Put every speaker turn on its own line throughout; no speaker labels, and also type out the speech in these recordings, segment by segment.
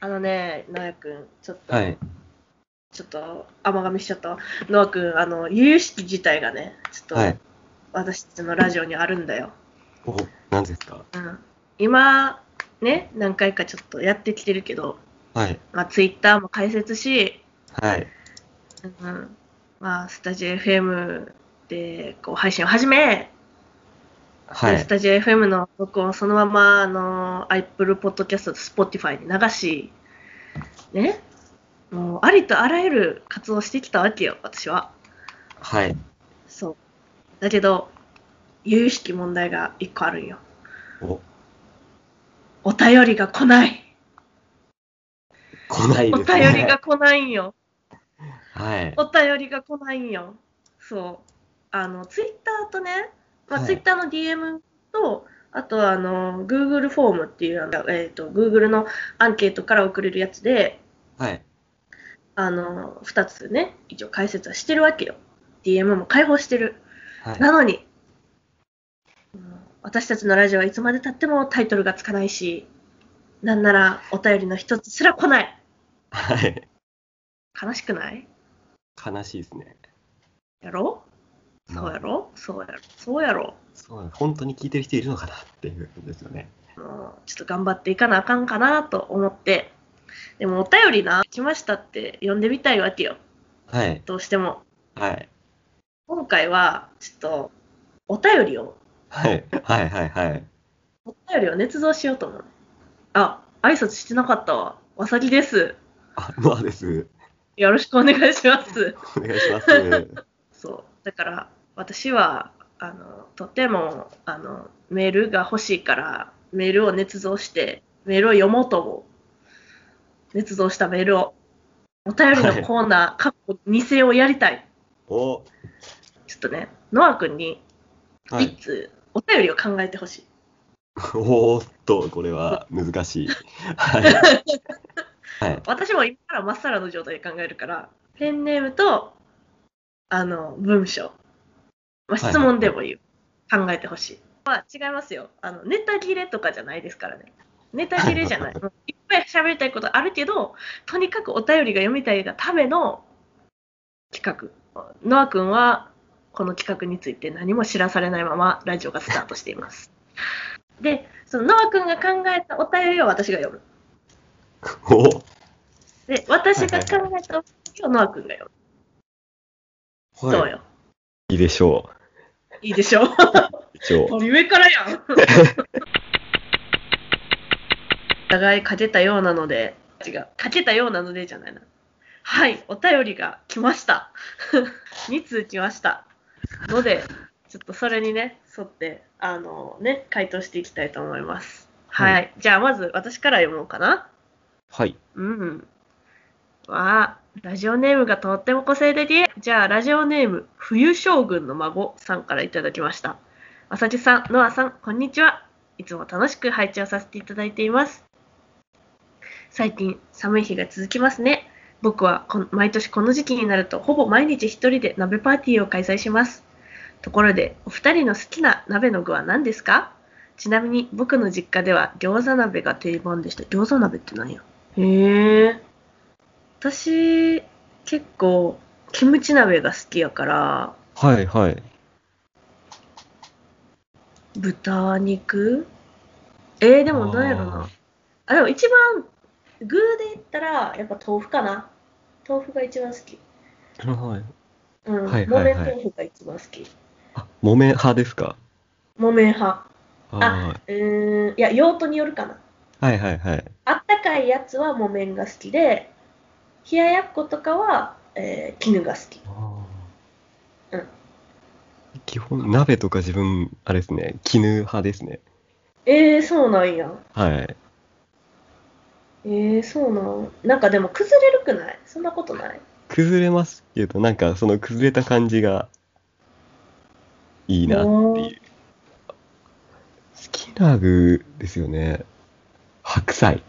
あのね、直哉くん、ちょっと、
はい。
ちょっと、甘噛みしちゃったわ。直哉くん、あの、由々しき自体がね、ちょっと、
はい。
私たちのラジオにあるんだよ。
お、何ですか
うん、今、ね、何回かちょっとやってきてるけど、
はい。
まあ、ツイッターも開設し、
はい。
うんまあ、スタジオ FM でこう配信を始め、
は
でス
い。
タジオ FM の録音をそのままあの Apple Podcast と Spotify に流し、ね、もうありとあらゆる活動をしてきたわけよ、私は。
はい。
そうだけど、由々しき問題が一個あるんよ。
お、
お便りが来ない。
来ない
お
です
便
ね。
りが。来ないんよ。
はい。
お便りが来ないんよ。そう。あの、ツイッターとね、まあ、
はい
ツイッターの DM と、あとはあの、Google フォームっていう、あのえっ、と、Google のアンケートから送れるやつで、
はい。
あの、2つね、一応解説はしてるわけよ。DM も開放してる。
はい。
なのに、うん私たちのラジオはいつまでたってもタイトルがつかないし、なんならお便りの一つすら来ない。
はい。
悲しくない
悲しいですね。
やろそうやろそうやろそうやろ
そう、本当に聞いてる人いるのかなっていうんですよね。
もうちょっと頑張っていかなあかんかなと思ってでもお便りな来ましたって呼んでみたいわけよ
はい。
どうしても
はい。
今回はちょっとお便りを
はい。はい。はい。はい。
お便りを捏造しようと思うあ挨拶してなかったわわさぎです
あ、ノアです。
よろしくお願いします
お願いします。
そうだから私はあのとてもあのメールが欲しいからメールを捏造してメールを読もうと思う捏造したメールをお便りのコーナー、かっこ偽をやりたい
お、
ちょっとねノア君に
はいい。
つお便りを考えてほしい、
おーっと、これは難しい。はい。はい。
私も今からまっさらの状態で考えるからペンネームとあの文章、まあ、質問でもいいよ、考えてほしい、まあ、違いますよあのネタ切れとかじゃないですからねネタ切れじゃない、うんいっぱい喋りたいことあるけどとにかくお便りが読みたいがための企画ノア君はこの企画について何も知らされないままラジオがスタートしていますでそのノア君が考えたお便りを私が読む
お、
で、私が考えたお酒をノア君が読む。ど
は
うよ。
い。いいでしょ
いいで しょ
う。一応。
鳥上からやん。お 互いかけたようなので、違う、かけたようなのでじゃないな。はい、お便りが来ました。2通来ました。ので、ちょっとそれにね、沿って、あのね、回答していきたいと思います。はい、
は
じゃあまず私から読もうかな。
はい。
うん。わあ、ラジオネームがとっても個性的。じゃあ、ラジオネーム、冬将軍の孫さんからいただきました。あさきさん、ノアさん、こんにちは。いつも楽しく拝聴させていただいています。最近、寒い日が続きますね。僕はこの毎年この時期になると、ほぼ毎日一人で鍋パーティーを開催します。ところで、お二人の好きな鍋の具は何ですかちなみに、僕の実家では餃子鍋が定番でした。餃子鍋って何やへえ。私、結構、キムチ鍋が好きやから、
はい。はい。
豚肉えー、でも何やろな。あ、でも一番、具で言ったら、やっぱ豆腐かな。豆腐が一番好き。
あー。はい。
うん。
はい
木
は
綿
いはい
豆腐が一番好き。
あ、木綿派ですか
木綿派。
あ
うーん、いや、用途によるかな。
ーはいはいはい。
あったかいやつは木綿が好きで、冷ややっことかは、えー絹が好き。
あー
うん
基本、鍋とか自分、あれですね、絹派ですね。
えー、そうなんや。
はい。
えー、そうなんなんかでも崩れるくないそんなことない
崩れますけど、なんかその崩れた感じがいいなっていう。好きな具ですよね。白菜。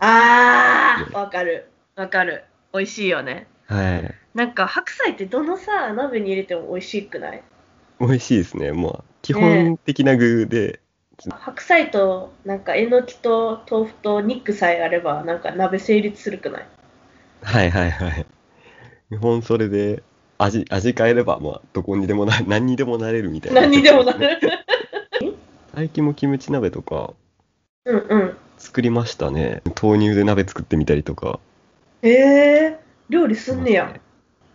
あーわかるわかる美味しいよね
はい。
なんか白菜ってどのさ鍋に入れても美味しくない
美味しいですね。もう、基
ね
本的な具で
白菜と、なんか、えのきと豆腐と肉さえあれば、なんか、鍋成立するくない
はいはいはい。基本それで味、味変えれば、まあ、どこにでもな、何にでもなれるみたいな。
何にでもなる。
最近もキムチ鍋とか
うんうん。
作りましたね。豆乳で鍋作ってみたりとか。
ええ料理すんねや。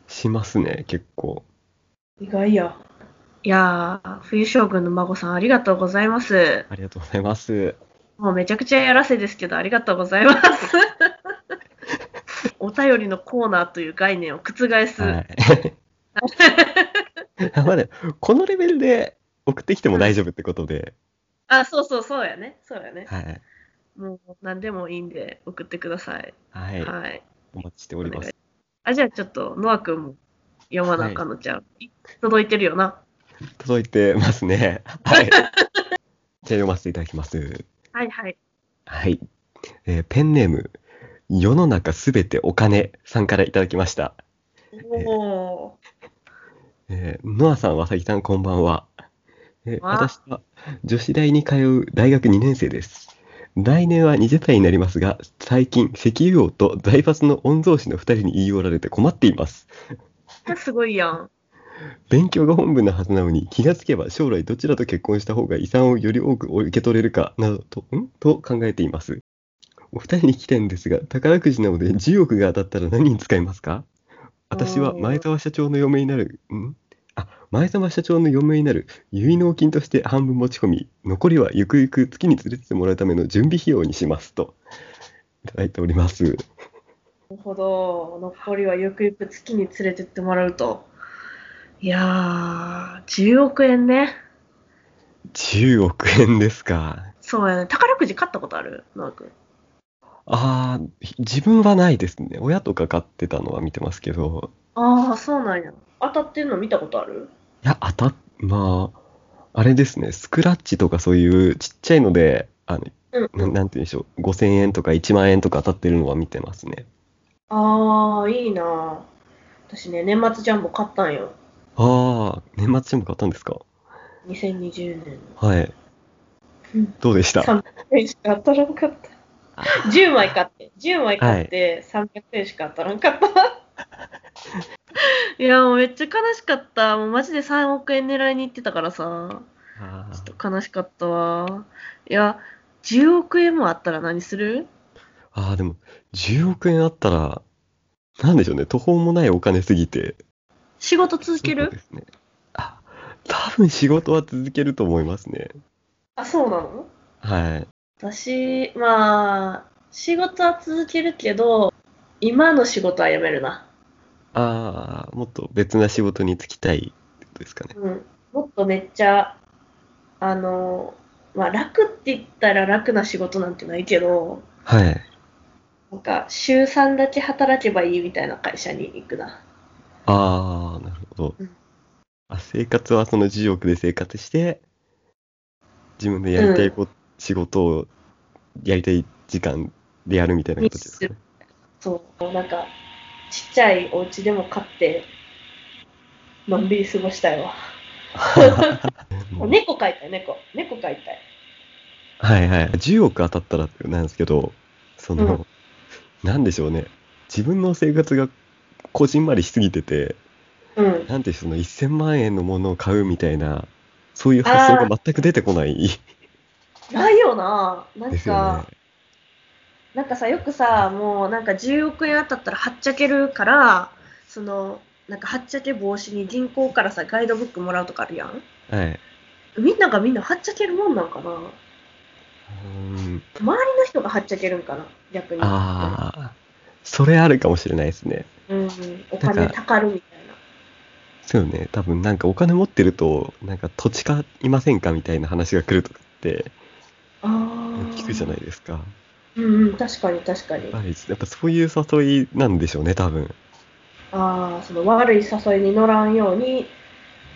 しますね、結構。
意外や。いやー、冬将軍の孫さんありがとうございます。
ありがとうございます。
もうめちゃくちゃやらせですけど、ありがとうござい ます。お便りのコーナーという概念を覆す。
はい。 まだ、このレベルで送ってきても大丈夫ってことで、
あ、そうそう、そうやね。そうやね。
はい。
もう何でもいいんで送ってください。
はい。
はい。
お待ちしておりま
お願
す
い。あ、じゃあちょっと、ノア君も読まなあかんのちゃう。届いてるよな。
届いてますね。 はい。じゃあ読ませていただきます。
はいはい。
はい。えーペンネーム、世の中すべてお金さんからいただきました。
おー。
えー、ノアさん、わさぎさん、こんばんは。えー
わ
私は女子大に通う大学2年生です。来年は20歳になりますが、最近、石油王と財閥の御曹司の2人に言い寄られて困っています。
すごいやん。
勉強が本分なはずなのに、気がつけば将来どちらと結婚した方が遺産をより多く受け取れるかなどと、んと考えています。お二人に聞きたいんですが、宝くじなので10億が当たったら何に使いますか私は前澤社長の嫁になる、んあ、前澤社長の嫁になる結納金として半分持ち込み、残りはゆくゆく月に連れてってもらうための準備費用にしますと、いただいております。
なるほど。残りはゆくゆく月に連れてってもらうと。いやー、10億円ね。
10億円ですか。
そうやね。宝くじ買ったことあるノア君。
ああ、自分はないですね。親とか買ってたのは見てますけど、
ああ、そうなんや。当たってんの見たことある
いや、当たっ、まあ、あれですね、スクラッチとかそういうちっちゃいので、あの、
うん
ななんて言うんでしょう、5000円とか1万円とか当たってるのは見てますね。
ああ、いいな私ね、年末ジャンボ買ったんよ。
ああ、年末ジャンボ買ったんですか
2020年
はい
うん。
どうでした
の。300円しか当たらんかった。10枚買って、10枚買って300円しか当たらんかった。い、や、もうめっちゃ悲しかった。もうマジで3億円狙いに行ってたからさ。
あ
ちょ
ー
っと悲しかったわ。いや、10億円もあったら何する
あー、でも、10億円あったら、なんでしょうね、途方もないお金すぎて。
仕事続け
そう
る
ですね。あ、多分仕事は続けると思いますね。
あ、そうなの
はい。
私、まあ、仕事は続けるけど、今の仕事は辞めるな。
ああ、もっと別な仕事に就きたいってことですかね。
うん。もっとめっちゃ、あの、まあ、楽って言ったら楽な仕事なんてないけど、
はい。
なんか、週3だけ働けばいいみたいな会社に行くな。
ああ、なるほど
うん。
あ、生活はその10億で生活して、自分でやりたいこ、仕事をやりたい時間でやるみたいな形ですかね。
そう、なんか、ちっちゃいお家でも買って、のんびり過ごしたい わ。
もう
猫飼いたい、猫。猫飼いたい。
はいはい。10億当たったらなんですけど、その、なんでしょうね。自分の生活がこじんまりしすぎてて、
うん。
なんていうの、1000万円のものを買うみたいな、そういう発想が全く出てこない
ないよな。なん
ですよ
か、
ね。
なんかさ、よくさ、もうなんか10億円当たったらはっちゃけるから、その、なんかはっちゃけ防止に銀行からさ、ガイドブックもらうとかあるやん。
はい。
みんながみんなはっちゃけるもんなんかな。周
うん
りの人がはっちゃけるんかな、逆に。
ああ、それあるかもしれないですね。
うん。お金たかるみたいな。
そうよね。多分なんかお金持ってると、なんか土地買いませんかみたいな話が来るとかって
ああ。
聞くじゃないですか。
うんうん、確かに確かに。
はいやっぱそういう誘いなんでしょうね、多分。
ああ、その悪い誘いに乗らんように、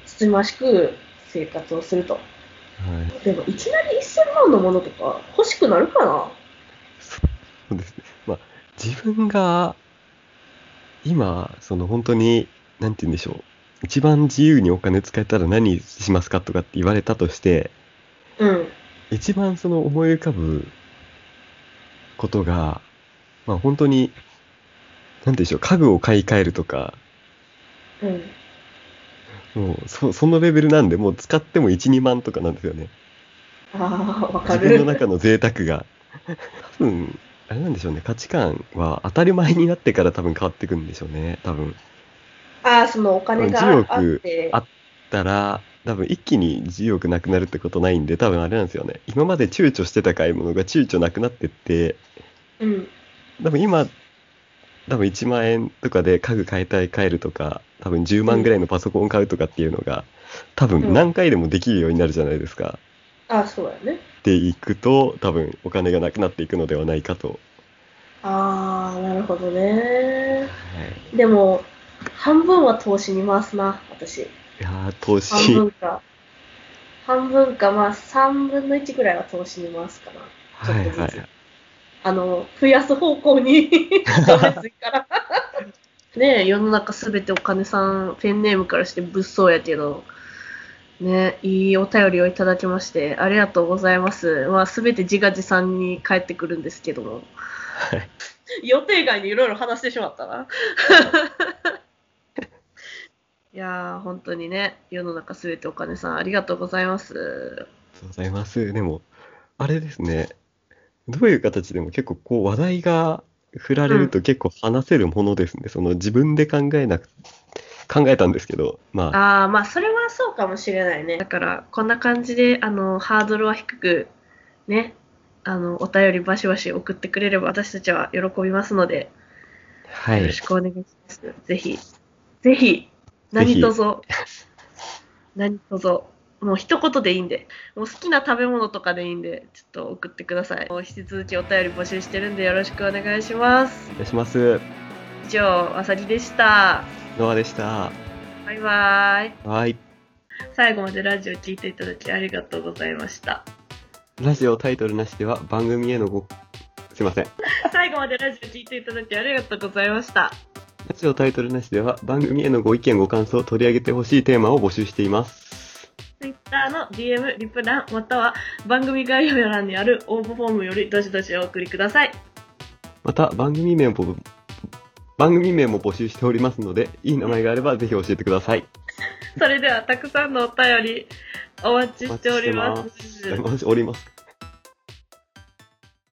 つつましく生活をすると。
はい。
でも、いきなり1000万のものとか欲しくなるかな
そうですね。まあ、自分が、今、その本当に、なんて言うんでしょう。一番自由にお金使えたら何しますかとかって言われたとして、
うん。
一番その思い浮かぶことが、まあ本当に、なんて言うんでしょう、家具を買い替えるとか、
うん。
もうそそのレベルなんで、もう使っても1、2万とかなんですよね。
ああ、わか
自分
る。
の中の贅沢が。多分、あれなんでしょうね、価値観は当たり前になってから多分変わってくんでしょうね、多分。
ああ、そのお金が
10億
あって。
あったら、多分一気に10億なくなるってことないんで、多分あれなんですよね。今まで躊躇してた買い物が躊躇なくなってって、
うん。
多分今、多分1万円とかで家具買いたい買えるとか、多分10万ぐらいのパソコン買うとかっていうのが、多分何回でもできるようになるじゃないですか。
ああ、そうだよね。
っていくと、多分お金がなくなっていくのではないかと。
ああ、なるほどね。
はい、
でも、半分は投資に回すな、 私。
いやー投
半
資、
分か。半分か、まあ、3分の1ぐらいは投資に回すかな。
はい
ちょっと
は
ずつ
い。
あの、増やす方向に 考えすぎから。 ねえ世の中すべてお金さん、ペンネームからして物騒やけど、ねえ、いいお便りをいただきまして、ありがとうございます。まあ、すべて自画自賛に返ってくるんですけども。
はい
予定外にいろいろ話してしまったな。 いやー、本当にね、世の中すべてお金さん、ありがとうございます。
ありがとうございます。でも、あれですね、どういう形でも結構こう話題が振られると結構話せるものですね。その自分で考えなく、考えたんですけど、まあ、
ああ、まあ、それはそうかもしれないね。だから、こんな感じで、あの、ハードルは低く、ね、あの、お便りバシバシ送ってくれれば、私たちは喜びますので、
は
よろ
い
し。くお願いします。ぜひ、ぜひ、何とぞ、何とぞ、もう一言でいいんで、もう好きな食べ物とかでいいんで、ちょっと送ってください。もう引き続きお便り募集してるんで、よろしくお願いします
お。願いします。
以上、あさりでした。
ノアでした。
バイバーイ。
はい。
最後までラジオ聞いていただきありがとうございました。
ラジオタイトルなしでは番組へのご、すいません。
最後までラジオ聞いていただきありがとうございました。
ラジオタイトルなしでは番組へのご意見ご感想を取り上げてほしいテーマを募集しています。
Twitter の DM、リプラン、または番組概要欄にある応募フォームよりどしどしお送りください。
また番組名も番組名も募集しておりますのでいい名前があればぜひ教えてください
それではたくさんのお便りお待ちしております。
お待ちしております